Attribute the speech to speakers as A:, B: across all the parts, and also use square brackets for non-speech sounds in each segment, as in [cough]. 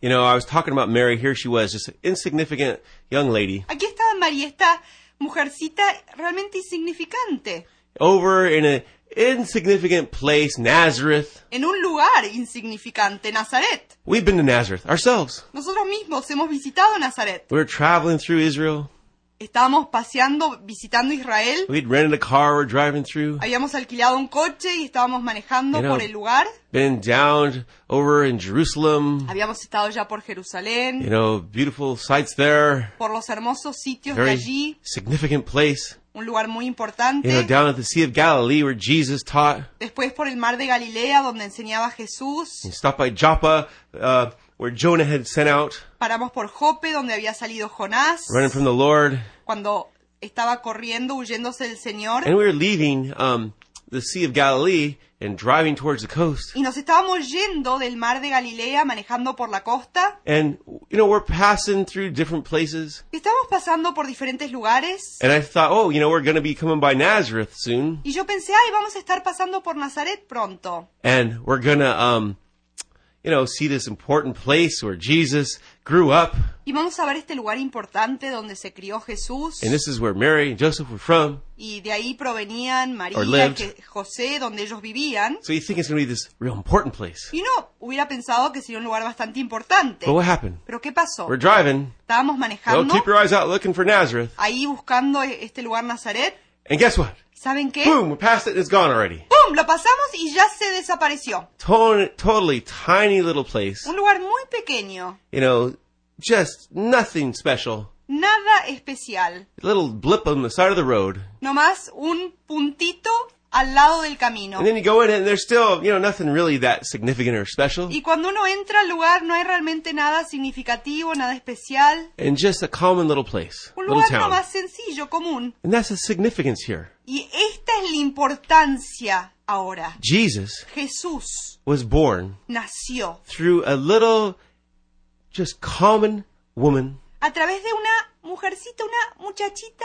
A: You know, I was talking about Mary. Here she was, this insignificant young lady,
B: Aquí estaba María, esta mujercita realmente insignificante,
A: over in an insignificant place, Nazareth.
B: en un lugar insignificante, Nazaret.
A: We've been to Nazareth ourselves.
B: Nosotros mismos hemos visitado Nazaret.
A: We were traveling through Israel.
B: Estábamos paseando, visitando Israel.
A: We'd rented a car. We're driving through.
B: Habíamos alquilado un coche y estábamos manejando
A: Era-
B: por el lugar.
A: Been down over in Jerusalem.
B: Habíamos estado ya por Jerusalén,
A: You know, beautiful sights there.
B: por los hermosos sitios de
A: Very
B: allí,
A: significant place.
B: un lugar muy
A: You know,
B: importante.
A: down at the Sea of Galilee where Jesus taught.
B: Después por el mar de Galilea, donde enseñaba Jesús.
A: You stopped by Joppa, uh, where Jonah had sent out,
B: Paramos por Jope, donde había salido Jonás,
A: running from the Lord.
B: cuando estaba corriendo, huyéndose del Señor.
A: And we were leaving um, the Sea of Galilee and driving towards the coast.
B: Y nos estábamos yendo del mar de Galilea, manejando por la costa.
A: And, you know, we're passing through different places.
B: Y estábamos pasando por diferentes lugares.
A: And I thought, oh, you know, we're going to be coming by Nazareth soon.
B: Y yo pensé, ay, vamos a estar pasando por Nazaret pronto.
A: And we're going to, um, you know, see this important place where Jesus grew up.
B: Y vamos a ver este lugar importante donde se crió Jesús.
A: And this is where Mary and Joseph were from.
B: Y de ahí provenían
A: Or
B: María,
A: lived.
B: que- José, donde ellos vivían.
A: So you think it's going to be this real important place.
B: Y uno hubiera pensado que sería un lugar bastante importante.
A: But what happened?
B: Pero ¿qué pasó?
A: We're driving.
B: Estábamos
A: Well,
B: manejando
A: keep your eyes out looking for Nazareth.
B: ahí buscando e- este lugar Nazaret.
A: And guess what?
B: ¿Saben qué?
A: Boom, we're past it and it's gone already.
B: ¡Pum! Lo pasamos y ya se desapareció.
A: Ton- totally tiny little place.
B: Un lugar muy pequeño,
A: You know, just nothing special.
B: nada especial.
A: Little blip on the side of the road.
B: Nomás un puntito al lado del camino.
A: And then you go in and there's still, you know, nothing really that significant or special.
B: Y cuando uno entra al lugar no hay realmente nada significativo, nada especial.
A: And just a common little place,
B: Un
A: little
B: lugar
A: town.
B: nomás sencillo, común.
A: And that's the significance here.
B: Y esta es la importancia ahora.
A: Jesus
B: Jesús
A: was born
B: nació
A: through a little, just common woman
B: a través de una mujercita, una muchachita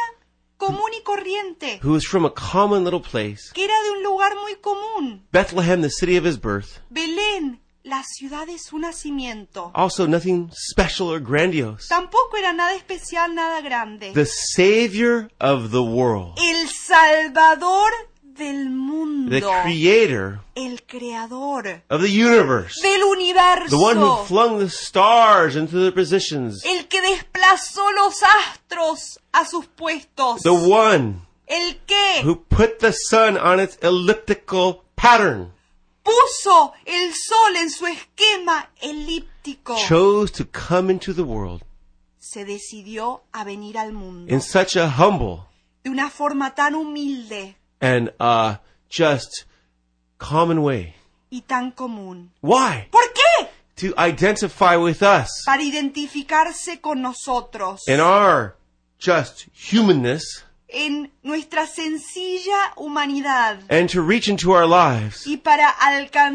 B: común y corriente,
A: who was from a common little place.
B: que era de un lugar muy común.
A: Bethlehem, the city of his birth.
B: Belén, la ciudad de su nacimiento.
A: Also nothing special or grandiose.
B: Tampoco era nada especial, nada grande.
A: the Savior of the world,
B: El Salvador del mundo.
A: the Creator
B: El Creador
A: of the universe,
B: del universo.
A: [laughs] the one who flung the stars into their positions,
B: el que desplazó los astros a sus puestos.
A: the one
B: el que
A: who put the sun on its elliptical pattern,
B: puso el sol en su esquema elíptico.
A: chose to come into the world
B: se decidió a venir al mundo
A: in such a humble
B: de una forma tan humilde
A: and uh, just common way.
B: y tan común.
A: Why?
B: ¿Por qué?
A: To identify with us
B: Para identificarse con nosotros
A: in our just humanness
B: en nuestra sencilla humanidad
A: and to reach into our lives
B: y para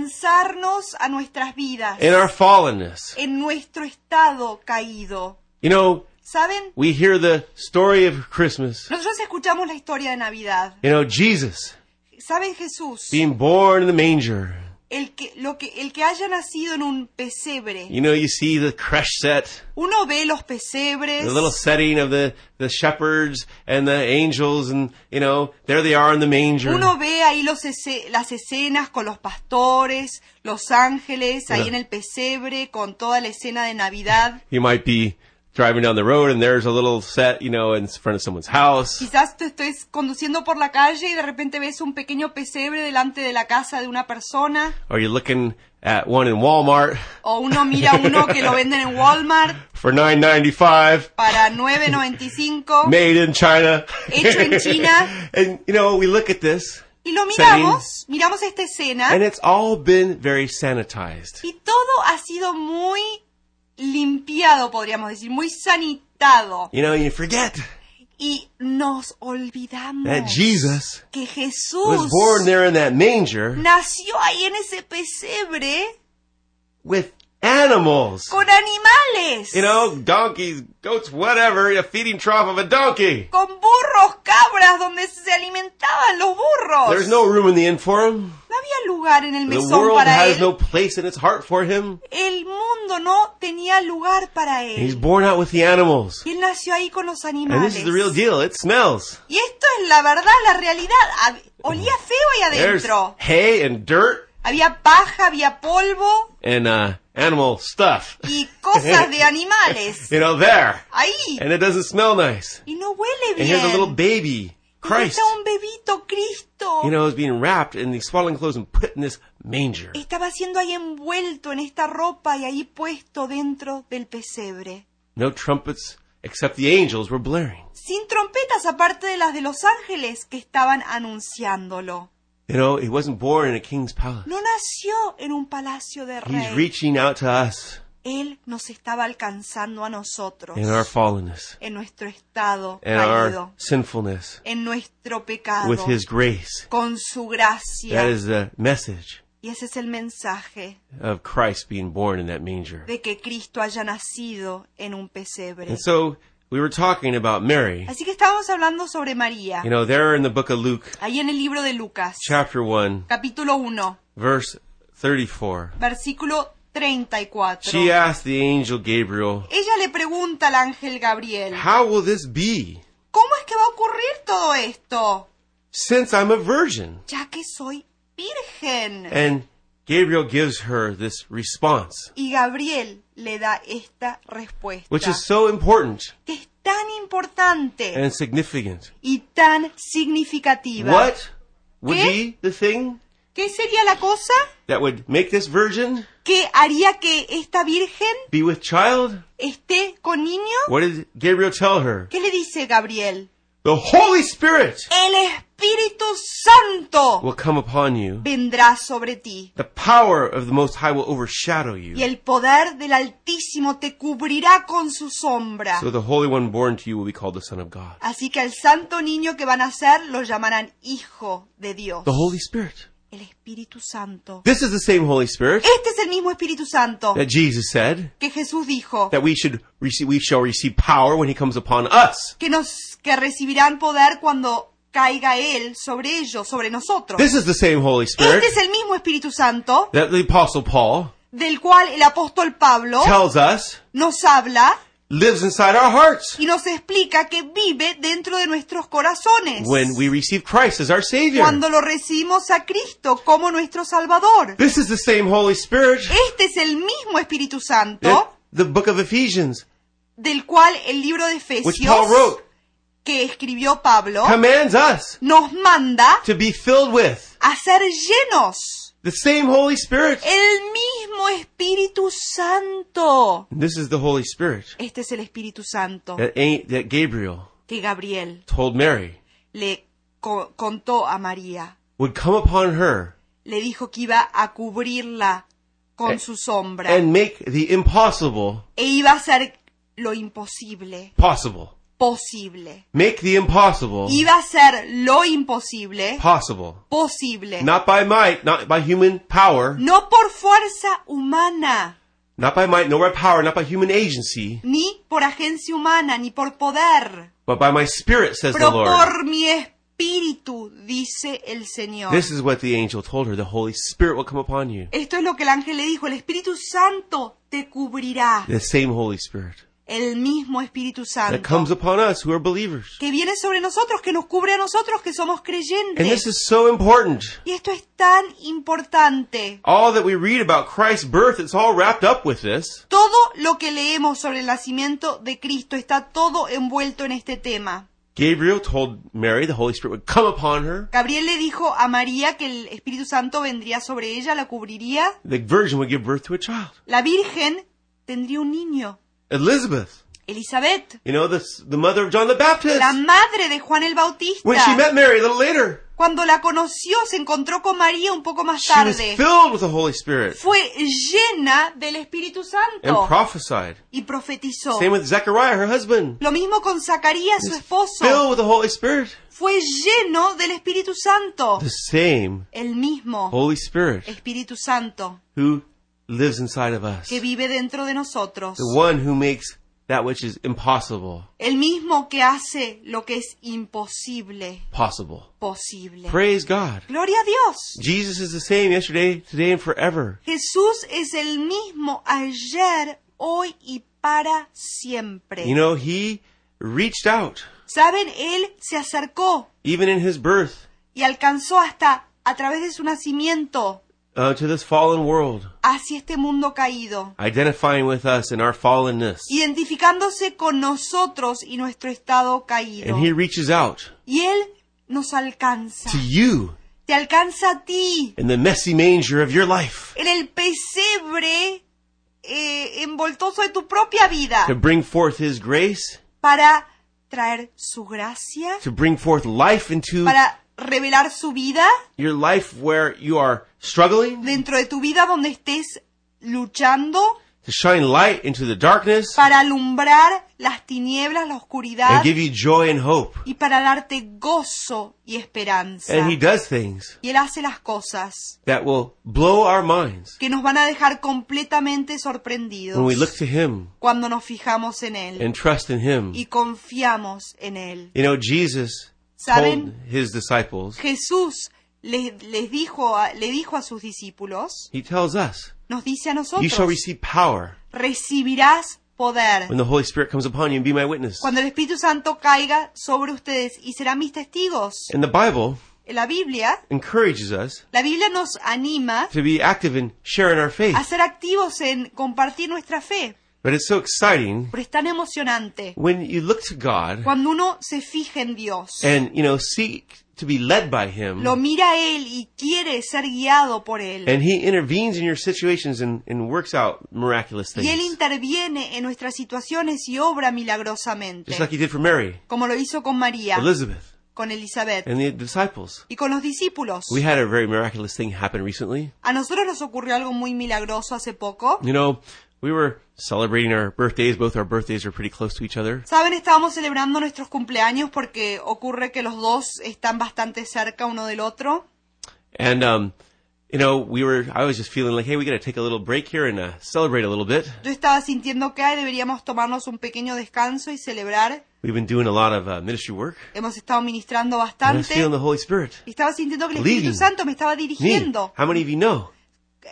B: alcanzarnos a nuestras vidas
A: in our fallenness.
B: en nuestro estado caído.
A: You know,
B: ¿Saben?
A: we hear the story of Christmas.
B: Nosotros escuchamos la historia de Navidad.
A: You know, Jesus
B: ¿Saben Jesús?
A: being born in the manger.
B: El que, lo que, el que haya nacido en un pesebre.
A: You know, you see the crush set,
B: Uno ve los pesebres.
A: the little setting of the, the shepherds and the angels, and, you know, there they are in the manger.
B: Uno ve ahí los esce- las escenas con los pastores, los ángeles, ahí
A: Mira.
B: en el pesebre, con toda la escena de Navidad.
A: You might be driving down the road and there's a little set, you know, in front of someone's house.
B: Quizás te estés conduciendo por la calle y de repente ves un pequeño pesebre delante de la casa de una persona,
A: Or you're looking at one in Walmart
B: o uno mira uno que lo venden en Walmart
A: for nine ninety five.
B: para 9.95,
A: Made in China.
B: Hecho en China.
A: [laughs] and you know, we look at this
B: y lo miramos, miramos esta
A: and
B: escena,
A: it's all been very sanitized.
B: y todo ha sido muy limpiado, podríamos decir, muy sanitado,
A: You know, you forget
B: y nos
A: that
B: olvidamos.
A: Jesus
B: que
A: Eh, was
B: Jesús
A: born there in that manger
B: nació ahí en ese pesebre
A: with animals.
B: con animales,
A: You know, donkeys, goats, whatever, a feeding trough of a donkey.
B: con burros, cabras, donde se alimentaban los burros.
A: There's no room in the inn for him.
B: No había lugar en el
A: The
B: mesón
A: world
B: para
A: has
B: él.
A: no place in its heart for him.
B: El mundo no tenía lugar para
A: And He's
B: él.
A: born out with the animals.
B: Y él nació ahí con los
A: And
B: animales.
A: this is the real deal. It smells.
B: Y esto es la verdad, la realidad. Hab- Olía feo ahí
A: There's
B: adentro.
A: hay and dirt
B: Había paja, había polvo
A: and uh, animal stuff.
B: y cosas de
A: [laughs]
B: animales.
A: You know, there.
B: Ahí.
A: And it doesn't smell nice.
B: Y no huele
A: And here's a little
B: bien.
A: baby,
B: Y
A: Christ,
B: Está un bebito, Cristo.
A: you know, is being wrapped in these swaddling clothes and put in this manger.
B: Estaba siendo ahí envuelto en esta ropa y ahí puesto dentro del pesebre.
A: No trumpets except the angels were blaring.
B: Sin trompetas aparte de las de los ángeles que estaban anunciándolo.
A: You know, he wasn't born in a king's palace.
B: No nació en un palacio de
A: He's
B: rey.
A: reaching out to us
B: Él nos estaba alcanzando a nosotros
A: in our fallenness
B: en nuestro estado
A: and our
B: caído,
A: sinfulness
B: en nuestro pecado,
A: with his grace.
B: con su
A: That
B: gracia.
A: is the message
B: Y ese es el mensaje
A: of Christ being born in that manger.
B: de que Cristo haya nacido en un pesebre.
A: And so we were talking about Mary.
B: Así que estábamos hablando sobre María,
A: You know, there in the book of Luke,
B: ahí en el libro de Lucas,
A: chapter 1,
B: capítulo 1,
A: verse 34.
B: versículo 34.
A: She asked the angel Gabriel,
B: Ella le pregunta al ángel Gabriel,
A: How will this be,
B: ¿cómo es que va a ocurrir todo esto?
A: since I'm a virgin?
B: Ya que soy virgen.
A: And Gabriel gives her this response,
B: Y Gabriel le da esta respuesta,
A: which is so important
B: que es tan importante
A: and significant.
B: y tan significativa.
A: What would
B: ¿Qué?
A: be the thing
B: ¿Qué sería la cosa
A: that would make this virgin
B: que haría que esta virgen
A: be with child?
B: esté con niño?
A: What did Gabriel tell her?
B: ¿Qué le dice Gabriel?
A: The Holy Spirit
B: El Espíritu Santo
A: will come upon you.
B: vendrá sobre ti
A: The power of the Most High will overshadow
B: y
A: you.
B: el poder del Altísimo te cubrirá con su sombra.
A: So the Holy One born to you will be called the Son of God.
B: Así que al santo niño que van a ser lo llamarán Hijo de Dios.
A: The Holy Spirit.
B: El Espíritu Santo.
A: This is the same Holy Spirit
B: Este es el mismo Espíritu Santo
A: that Jesus said
B: que Jesús dijo
A: that we should receive, we shall receive power when he comes upon us.
B: que nos que recibirán poder cuando caiga él sobre ellos, sobre nosotros.
A: This is the same Holy Spirit
B: Este es el mismo Espíritu Santo
A: that the apostle Paul
B: del cual el apóstol Pablo
A: tells us
B: nos habla
A: lives inside our hearts
B: y nos explica que vive dentro de nuestros corazones
A: when we receive Christ as our Savior.
B: cuando lo recibimos a Cristo como nuestro Salvador.
A: This is the same Holy Spirit
B: Este es el mismo Espíritu
A: that
B: Santo
A: the book of Ephesians,
B: del cual el libro de
A: which Paul
B: Efesios
A: wrote,
B: que escribió Pablo
A: commands us
B: nos manda
A: to be filled with.
B: a ser llenos.
A: The same Holy Spirit.
B: El mismo Espíritu Santo.
A: And This is the Holy Spirit
B: Este es el Espíritu Santo
A: that, ain't, that Gabriel
B: que Gabriel
A: told Mary
B: le co- contó a María.
A: would come upon her
B: Le dijo que iba a cubrirla con su sombra
A: and make the impossible
B: e iba a hacer lo imposible
A: possible.
B: posible.
A: Make the impossible
B: Iba a hacer lo imposible
A: possible.
B: posible.
A: Not by might, not by human power,
B: No por fuerza humana,
A: not by might, nor by power, not by human agency,
B: ni por agencia humana, ni por poder.
A: but by my spirit, says the
B: Pero
A: Lord.
B: por mi espíritu, dice el Señor.
A: This is what the angel told her. The Holy Spirit will come upon you.
B: Esto es lo que el ángel le dijo, el Espíritu Santo te cubrirá.
A: The same Holy Spirit
B: El mismo Espíritu
A: that
B: Santo
A: comes upon us who are believers.
B: que viene sobre nosotros, que nos cubre a nosotros que somos
A: And this
B: creyentes.
A: is so important.
B: Y esto es tan importante.
A: All that we read about Christ's birth, it's all wrapped up with this.
B: Todo lo que leemos sobre el nacimiento de Cristo está todo envuelto en este tema.
A: Gabriel told Mary the Holy Spirit would come upon her.
B: Gabriel le dijo a María que el Espíritu Santo vendría sobre ella, la cubriría.
A: The virgin would give birth to a child.
B: La Virgen tendría un niño,
A: Elizabeth,
B: Elizabeth.
A: you know, the, the mother of John the Baptist.
B: La madre de Juan el Bautista.
A: When she met Mary a little later,
B: Cuando la conoció, se encontró con María un poco más
A: she was
B: tarde.
A: filled with the Holy Spirit
B: Fue llena del Espíritu
A: and
B: Santo
A: prophesied.
B: y profetizó.
A: Same with Zechariah, her husband.
B: Lo mismo con Zacarías, su
A: Filled
B: esposo.
A: with the Holy Spirit.
B: Fue lleno del Espíritu Santo.
A: The same Oh.
B: El mismo
A: Holy Spirit
B: Espíritu Santo
A: who lives inside of us.
B: que vive dentro de nosotros.
A: The one who makes that which is impossible
B: El mismo que hace lo que es imposible
A: possible.
B: posible.
A: Praise God.
B: Gloria a Dios.
A: Jesus is the same yesterday, today, and forever.
B: Jesús es el mismo ayer, hoy y para siempre.
A: You know, he reached out,
B: Saben, Él se acercó
A: even in his birth,
B: y alcanzó hasta a través de su nacimiento
A: uh, to this fallen world,
B: hacia este mundo caído,
A: identifying with us in our fallenness.
B: identificándose con nosotros y nuestro estado caído.
A: And he reaches out
B: Y Él nos alcanza.
A: to you
B: Te alcanza a ti
A: in the messy manger of your life
B: en el pesebre eh, envoltoso de tu propia vida
A: to bring forth his grace,
B: para traer su gracia,
A: to bring forth life into
B: para revelar su vida
A: your life where you are struggling,
B: dentro de tu vida donde estés luchando
A: to shine light into the darkness
B: para alumbrar las tinieblas, la oscuridad
A: and give you joy and hope.
B: y para darte gozo y esperanza.
A: And he does things
B: Y Él hace las cosas
A: that will blow our minds
B: que nos van a dejar completamente
A: when we
B: sorprendidos
A: look to him
B: cuando nos fijamos en Él
A: and trust in him.
B: y confiamos en Él.
A: You know, Jesus told
B: ¿Saben?
A: his disciples,
B: Jesús les, les dijo, a- le dijo a sus discípulos,
A: he tells us,
B: nos dice a
A: you shall
B: nosotros,
A: receive power
B: recibirás poder
A: when the Holy Spirit comes upon you and be my witness.
B: cuando el Espíritu Santo caiga sobre ustedes y serán mis testigos.
A: And the Bible
B: En la Biblia,
A: encourages us
B: la Biblia nos anima
A: to be active in sharing our
B: a
A: faith.
B: ser activos en compartir nuestra fe,
A: But it's so exciting
B: pero es tan emocionante
A: when you look to God
B: cuando uno se fija en Dios,
A: and, you know, seek to be led by him
B: lo mira a Él y quiere ser guiado por Él.
A: and he intervenes in your situations and, and works out miraculous
B: Y Él
A: things.
B: interviene en nuestras situaciones y obra
A: Just like
B: milagrosamente,
A: he did for Mary,
B: como lo hizo con María,
A: Elizabeth,
B: con Elizabeth
A: and the disciples.
B: y con los discípulos.
A: We had a very miraculous thing happen recently.
B: A nosotros nos ocurrió algo muy milagroso hace poco.
A: You know, we were celebrating our birthdays. Both our birthdays are pretty close to each other.
B: Saben, estábamos celebrando nuestros cumpleaños porque ocurre que los dos están bastante cerca uno del otro.
A: And, um, you know, we were, I was just feeling like, hey, we gotta take a little break here and uh, celebrate a little bit.
B: Yo estaba sintiendo que ay, deberíamos tomarnos un pequeño descanso y celebrar.
A: We've been doing a lot of uh, ministry work.
B: Hemos estado ministrando
A: And I was
B: bastante.
A: feeling the Holy Spirit.
B: Y estaba sintiendo que el
A: Leading.
B: Espíritu Santo me estaba
A: Me.
B: dirigiendo.
A: How many of you know?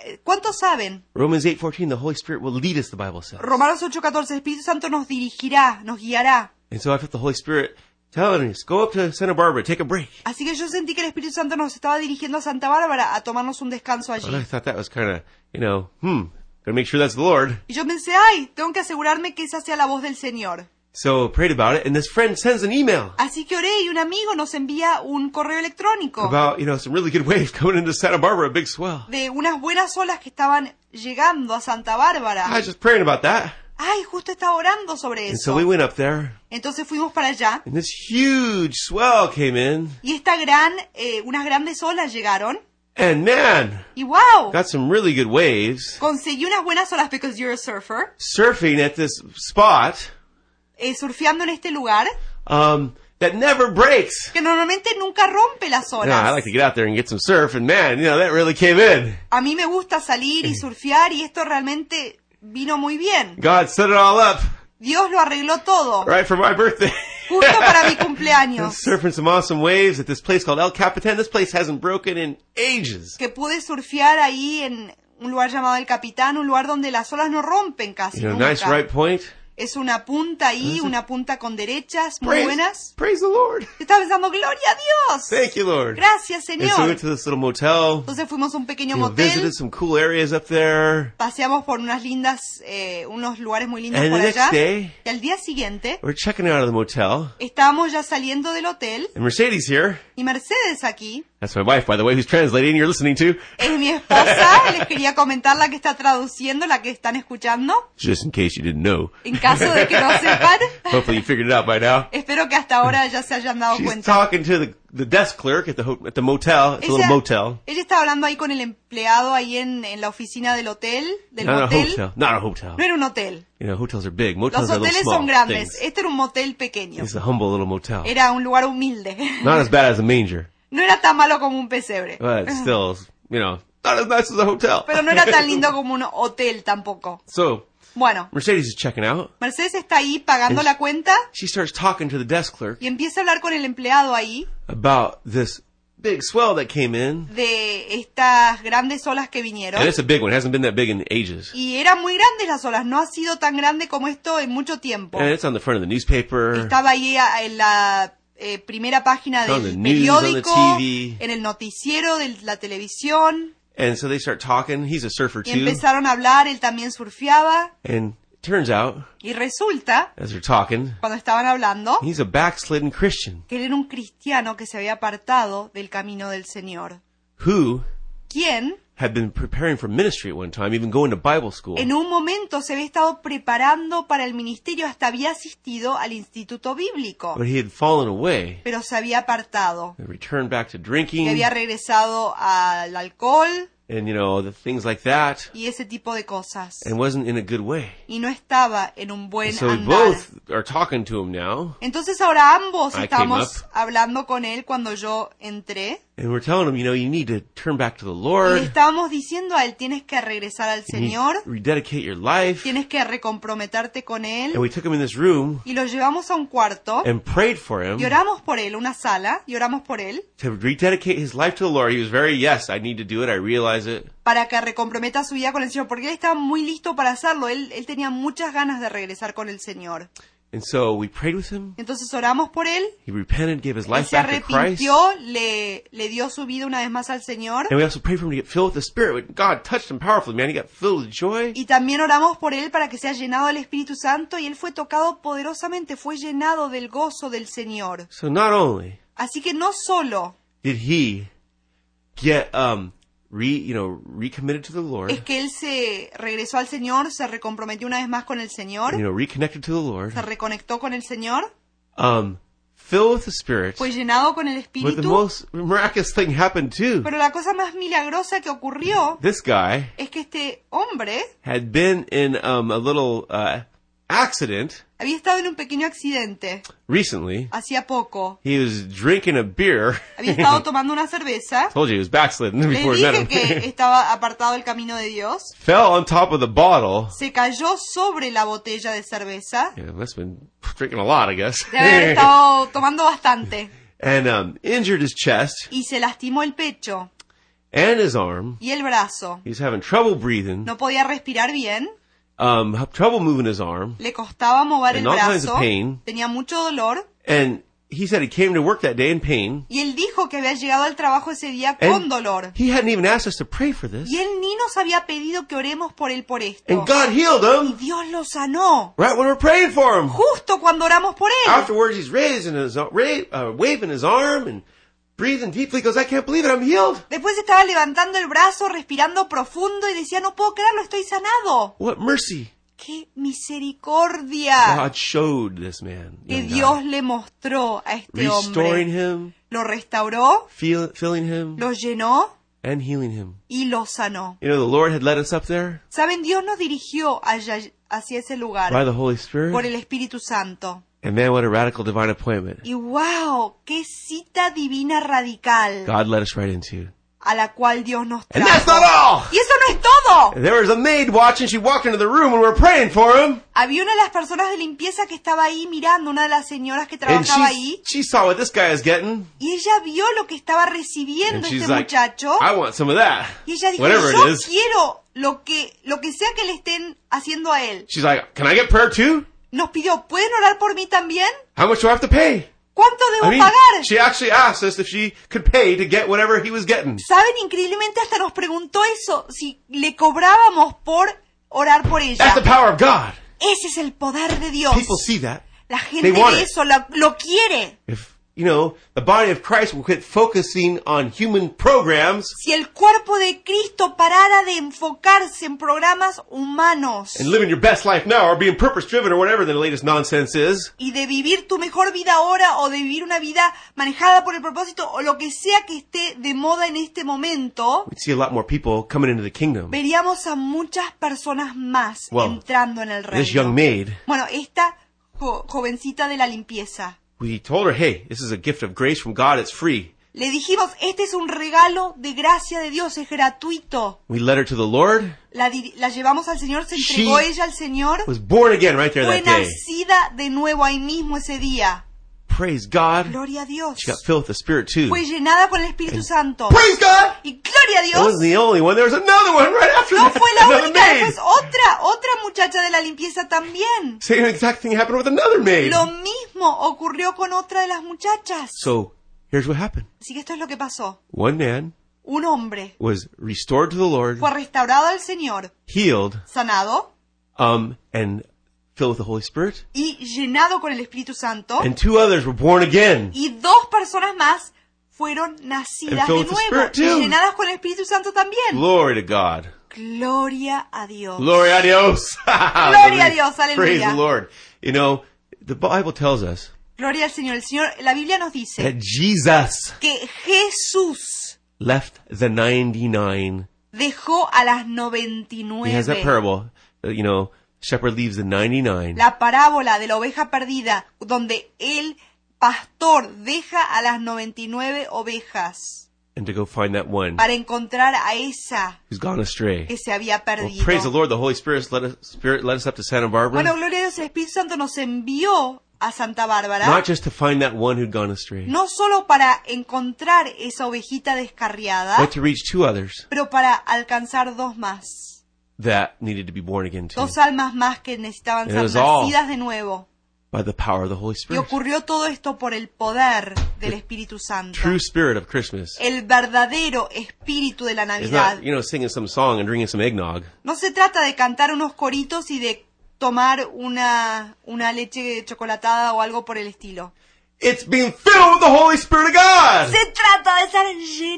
B: Eh, ¿Cuántos saben?
A: Romans 8.14, the Holy Spirit will lead us, the Bible says.
B: Romanos 8:14, el Espíritu Santo nos dirigirá, nos guiará.
A: And so I felt the Holy Spirit telling us, go up to Santa Barbara, take a break.
B: Así que yo sentí que el Espíritu Santo nos estaba dirigiendo a Santa Bárbara a tomarnos un descanso
A: And I
B: allí.
A: thought that was kind of, you know, hmm, gotta make sure that's the Lord.
B: Y yo pensé, ay, tengo que asegurarme que esa sea la voz del Señor.
A: So I prayed about it, and this friend sends an email
B: Así que oré y un amigo nos envía un correo electrónico
A: about, you know, some really good [laughs] waves coming into Santa Barbara, a big swell.
B: de unas buenas olas que estaban llegando a Santa
A: I
B: Bárbara.
A: was just praying about that.
B: Ay, justo estaba orando sobre
A: And so we
B: eso.
A: went up there,
B: Entonces fuimos para allá
A: and this huge swell came in,
B: y esta gran, eh, unas grandes olas llegaron
A: and man,
B: y wow,
A: got some really good waves.
B: conseguí unas buenas olas because you're a surfer,
A: Surfing at this spot
B: eh, surfeando en este lugar
A: um, that never breaks.
B: que normalmente nunca rompe las
A: Now, I
B: olas.
A: like to get out there and get some surf, and man, you know, that really came in.
B: A mí me gusta salir y surfear y esto realmente vino muy bien.
A: God set it all up
B: Dios lo arregló todo,
A: right for my birthday.
B: [laughs] justo
A: [laughs]
B: para mi cumpleaños.
A: Surfing some awesome waves at this place called El Capitan. This place hasn't broken in ages.
B: que pude surfear ahí en un lugar llamado El Capitán, un lugar donde las olas no rompen casi
A: You know,
B: nunca.
A: nice right point.
B: Es una punta ahí, una punta con derechas muy
A: Praise,
B: buenas.
A: praise the
B: [laughs]
A: Lord.
B: Yo estaba pensando, ¡Gloria a Dios!
A: Thank you, Lord.
B: Gracias,
A: And so we
B: Señor.
A: went to this little motel.
B: Entonces fuimos a un
A: You
B: pequeño
A: know, visited
B: motel,
A: some cool areas up there.
B: paseamos por unas lindas, eh, unos lugares muy lindos
A: And
B: por
A: the
B: allá.
A: next day,
B: Y al día siguiente,
A: we're checking out of the motel.
B: estábamos ya saliendo del hotel
A: And Mercedes here.
B: y Mercedes aquí,
A: That's my wife, by the way, who's translating. You're listening to.
B: es mi esposa,
A: [laughs]
B: les quería comentar la que está traduciendo, la que están escuchando,
A: Just in case you didn't know.
B: en caso de que no
A: [laughs]
B: sepan.
A: Hopefully you figured it out by
B: [laughs]
A: now.
B: Espero que hasta ahora ya se hayan dado
A: She's
B: cuenta.
A: talking to the, the desk clerk at the ho- at the motel. It's a little motel.
B: ella está hablando ahí con el empleado ahí en, en la oficina del hotel, del
A: Not a
B: motel.
A: hotel. Not a hotel.
B: No era un hotel.
A: You know, hotels are big.
B: Los
A: Motels are little
B: hoteles
A: small
B: son grandes.
A: things.
B: Este era un motel pequeño.
A: It's a humble little motel.
B: Era un lugar humilde. [laughs]
A: Not as bad as a manger,
B: No era tan malo como un pesebre.
A: but still, you know, Not as nice as a hotel.
B: Pero no era
A: [laughs]
B: tan lindo como un hotel tampoco.
A: so
B: Bueno,
A: Mercedes is checking out.
B: Mercedes está ahí pagando la cuenta
A: She starts talking to the desk clerk
B: y empieza a hablar con el empleado ahí
A: about this big swell that came in.
B: de estas grandes olas que
A: And
B: vinieron.
A: it's a big one. It hasn't been that big in ages.
B: Y eran muy grandes las olas, no ha sido tan grande como esto en mucho tiempo.
A: And it's on the front of the newspaper.
B: Estaba ahí a- en la eh, primera página
A: On the
B: del
A: news, on the
B: periódico,
A: TV.
B: en el noticiero de la televisión.
A: And so they start talking. He's a surfer
B: Y
A: too.
B: empezaron a hablar, él también surfeaba.
A: And turns out,
B: Y resulta,
A: as they're talking,
B: cuando estaban hablando,
A: he's a backslidden Christian
B: que él era un cristiano que se había apartado del camino del Señor.
A: who
B: Quien,
A: had been preparing for ministry at one time, even going to Bible school.
B: en un momento, se había estado preparando para el ministerio, hasta había asistido al instituto bíblico,
A: But he had fallen away
B: pero se había apartado.
A: and returned back to
B: Y
A: drinking
B: había regresado al alcohol
A: and, you know, the things like that
B: y ese tipo de cosas.
A: and wasn't in a good way.
B: y no estaba en un buen
A: So we
B: andar.
A: both are talking to him now
B: Entonces ahora ambos
A: I
B: estamos
A: came
B: hablando con él cuando yo entré.
A: and we're telling him, you know, you need to turn back to the
B: Y le
A: Lord.
B: estábamos diciendo a él, tienes que regresar al
A: You need to
B: Señor,
A: rededicate your life.
B: tienes que recomprometerte con
A: And
B: él.
A: we took him in this room
B: Y lo llevamos a un cuarto
A: and prayed for him
B: y oramos por él, una sala, y oramos por él,
A: to rededicate his life to the Lord. He was very, yes, I need to do it. I realize it.
B: para que recomprometa su vida con el Señor, porque él estaba muy listo para hacerlo, él, él tenía muchas ganas de regresar con el Señor.
A: And so we prayed with him.
B: Entonces oramos por él,
A: He repented, gave his
B: él
A: life
B: se
A: back to Christ.
B: arrepintió, le, le dio su vida una vez más al Señor.
A: And we also prayed for him to get filled with the Spirit. God touched him powerfully, man. He got filled with joy.
B: Y también oramos por él para que sea llenado del Espíritu Santo y él fue tocado poderosamente, fue llenado del gozo del Señor.
A: So not only
B: Así que no solo
A: did he get um re you know recommitted to the Lord,
B: es que él se regresó al Señor, se recomprometió una vez más con el
A: and, you
B: Señor,
A: know reconnected to the Lord,
B: se reconectó con el Señor,
A: um filled with the Spirit.
B: fue llenado con el
A: But the
B: Espíritu,
A: most miraculous thing happened too.
B: pero la cosa más milagrosa que ocurrió
A: This guy
B: es que este hombre
A: had been in um a little uh accident
B: había estado en un pequeño accidente
A: recently.
B: hacía poco,
A: He was drinking a beer.
B: había estado tomando una cerveza,
A: [laughs] Told you he was backslidden
B: le
A: before we met
B: dije
A: him.
B: que estaba apartado del camino de Dios.
A: [laughs] Fell on top of the bottle.
B: se cayó sobre la botella de cerveza.
A: Yeah, must have been drinking a lot, I guess.
B: De
A: [laughs]
B: haber estado tomando bastante.
A: and um, injured his chest
B: Y se lastimó el pecho
A: and his arm.
B: y el brazo.
A: He's having trouble breathing,
B: No podía respirar bien.
A: um, ha- trouble moving his arm,
B: Le costaba mover
A: And
B: el
A: all kinds
B: brazo.
A: of pain.
B: Tenía mucho dolor.
A: and he said he came to work that day in pain.
B: Y él dijo que había llegado al trabajo ese día con
A: And
B: dolor.
A: he hadn't even asked us to pray for this,
B: Y él ni nos había pedido que oremos por él por esto.
A: and God healed
B: Y
A: him
B: Dios lo sanó.
A: right when we're praying for him.
B: Justo cuando oramos por él.
A: Afterwards, he's raising his ar- ra- uh, waving his arm and breathing deeply. He goes, "I can't believe it! I'm healed."
B: Después estaba levantando el brazo, respirando profundo y decía, no puedo creerlo, estoy sanado.
A: What mercy
B: ¡Qué misericordia!
A: God showed this man,
B: que
A: young
B: Dios
A: guy.
B: le mostró a este
A: restoring
B: hombre.
A: him,
B: Lo restauró,
A: feel, filling him,
B: lo llenó
A: and healing him.
B: y lo sanó.
A: You know, the Lord had led us up there
B: Saben, Dios nos dirigió allá, hacia ese
A: by
B: lugar
A: the Holy
B: por
A: Spirit.
B: el Espíritu Santo.
A: And man, what a radical divine appointment
B: Y wow, qué cita divina radical
A: God led us right into.
B: a la cual Dios nos
A: And that's
B: trajo.
A: not all!
B: Y eso no es todo.
A: There was a maid watching. She walked into the room and we were praying for him.
B: Había una de las personas de limpieza que estaba ahí mirando, una de las señoras que
A: And
B: trabajaba
A: she,
B: ahí,
A: she saw what this guy is getting.
B: y ella vio lo que estaba
A: And
B: recibiendo este
A: she's like,
B: muchacho.
A: I want some of that.
B: Y ella dijo,
A: Whatever
B: yo
A: it is.
B: quiero lo que, lo que sea que le estén haciendo a él.
A: She's like, Can I get prayer too?
B: Nos pidió, ¿pueden orar por mí también?
A: How much do I have to pay?
B: ¿Cuánto debo
A: I mean,
B: pagar?
A: she actually asked us if she could pay to get whatever he was getting.
B: Saben, increíblemente hasta nos preguntó eso, si le cobrábamos por orar por ella.
A: That's the power of God.
B: Ese es el poder de Dios.
A: People see that.
B: La gente
A: they want
B: ve
A: it.
B: eso, la- lo quiere.
A: If, you know, the body of Christ will quit focusing on human programs
B: Si el cuerpo de Cristo parara de enfocarse en programas humanos
A: and living your best life now or being purpose driven or whatever the latest nonsense is,
B: y de vivir tu mejor vida ahora o de vivir una vida manejada por el propósito o lo que sea que esté de moda en este momento,
A: we'd see a lot more people coming into the kingdom.
B: veríamos a muchas personas más
A: Well,
B: entrando en el reino.
A: This young maid,
B: Bueno, esta jo- jovencita de la limpieza.
A: we told her, hey, this is a gift of grace from God. It's free.
B: Le dijimos, este es un regalo de gracia de Dios, es gratuito.
A: We led her to the Lord.
B: La, diri- la llevamos al Señor, se entregó
A: She-
B: ella al Señor.
A: Was born again right there
B: Fue
A: that day.
B: nacida de nuevo ahí mismo ese día.
A: Praise God.
B: Gloria a Dios.
A: She got filled with the Spirit too.
B: Fue llenada por el Espíritu Santo.
A: Praise God.
B: Y gloria a
A: It
B: Dios.
A: wasn't the only one. There was another one right after
B: No
A: that.
B: fue la
A: another
B: única,
A: maid.
B: después otra, otra muchacha de la limpieza también.
A: Same exact thing happened with another maid.
B: Lo mismo ocurrió con otra de las muchachas.
A: So here's what happened.
B: Así que esto es lo que pasó.
A: One man
B: Un hombre
A: was restored to the Lord,
B: fue restaurado al Señor,
A: healed,
B: sanado
A: um, and filled with the Holy Spirit.
B: y llenado con el Espíritu Santo.
A: And two others were born again.
B: Y dos personas más fueron nacidas
A: And filled
B: de
A: with the
B: nuevo
A: Spirit
B: y
A: too.
B: llenadas con el Espíritu Santo también.
A: Glory to God.
B: Gloria a Dios.
A: Glory a [laughs] Dios.
B: Gloria a Dios. Aleluya.
A: Praise the Lord. You know, the Bible tells us
B: Gloria al Señor. El Señor, la Biblia nos dice
A: that Jesus
B: que Jesús
A: left the 99.
B: dejó a las
A: He has that
B: 99.
A: parable, uh, you know, shepherd leaves the 99
B: La parábola de la oveja perdida, donde el pastor deja a las 99 ovejas
A: and to go find that one
B: para encontrar a esa
A: who's gone astray.
B: que se había
A: Well,
B: perdido.
A: praise the Lord. The Holy Spirit led us, Spirit led us up to Santa
B: Bueno,
A: Barbara,
B: gloria a Dios, el Espíritu Santo nos envió a Santa Bárbara.
A: not just to find that one who'd gone astray,
B: no solo para encontrar esa ovejita descarriada,
A: but to reach two others
B: pero para alcanzar dos más,
A: that needed to be born again too
B: dos almas más que necesitaban
A: It
B: ser
A: was all
B: nacidas de nuevo.
A: by the power of the Holy
B: Y
A: Spirit.
B: ocurrió todo esto por el poder del Espíritu Santo.
A: True spirit of Christmas.
B: El verdadero espíritu de la
A: It's
B: Navidad.
A: not, you know, singing some song and drinking some eggnog.
B: No se trata de cantar unos coritos y de tomar una, una leche chocolatada o algo por el estilo.
A: It's being filled with the Holy Spirit of God.
B: Se trata de estar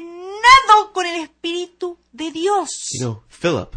B: llenado con el Espíritu de Dios.
A: You know, Philip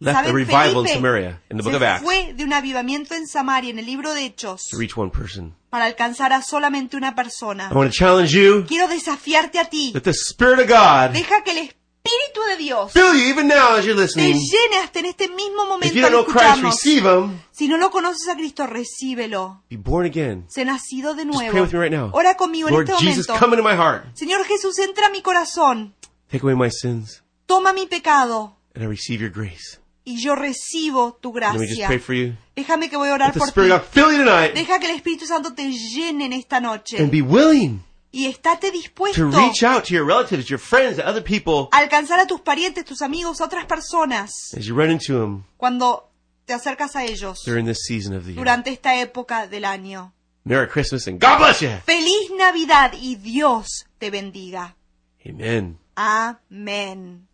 A: left a
B: ¿Saben,
A: revival in
B: Felipe
A: Samaria in the book
B: se
A: of Acts
B: fue de un avivamiento en Samaria, en el libro de Hechos,
A: to reach one person.
B: para alcanzar a solamente una persona.
A: I want to challenge you
B: Quiero desafiarte a ti.
A: that the Spirit of God
B: Deja que el Espíritu de Dios
A: fill you even now as you're
B: te
A: listening.
B: llene hasta en este mismo
A: If you
B: momento
A: don't
B: al
A: know Christ,
B: escucharnos.
A: receive Him.
B: Si no lo conoces a Cristo, recíbelo.
A: Be born again.
B: Se nacido de
A: Just pray with me right
B: nuevo.
A: now.
B: Ora conmigo en
A: Lord
B: este
A: Jesus,
B: momento.
A: come into my heart.
B: Señor Jesús, entra a mi corazón.
A: Take away my sins,
B: Toma mi pecado
A: and I receive your grace.
B: y yo recibo tu
A: Let me just
B: gracia.
A: pray for you.
B: Déjame que voy a
A: Let
B: orar
A: the
B: por
A: Spirit
B: ti.
A: of God fill you tonight,
B: Deja que el Espíritu Santo te llene en esta noche.
A: and be willing
B: Y estate
A: to
B: dispuesto
A: reach out to your relatives, your friends, other people
B: a alcanzar a tus parientes, tus amigos, a otras personas
A: as you run into them
B: cuando te acercas a ellos
A: during this season of the year.
B: durante esta época del año.
A: Merry Christmas and God bless you.
B: Feliz Navidad y Dios te bendiga.
A: Amen.
B: Amén.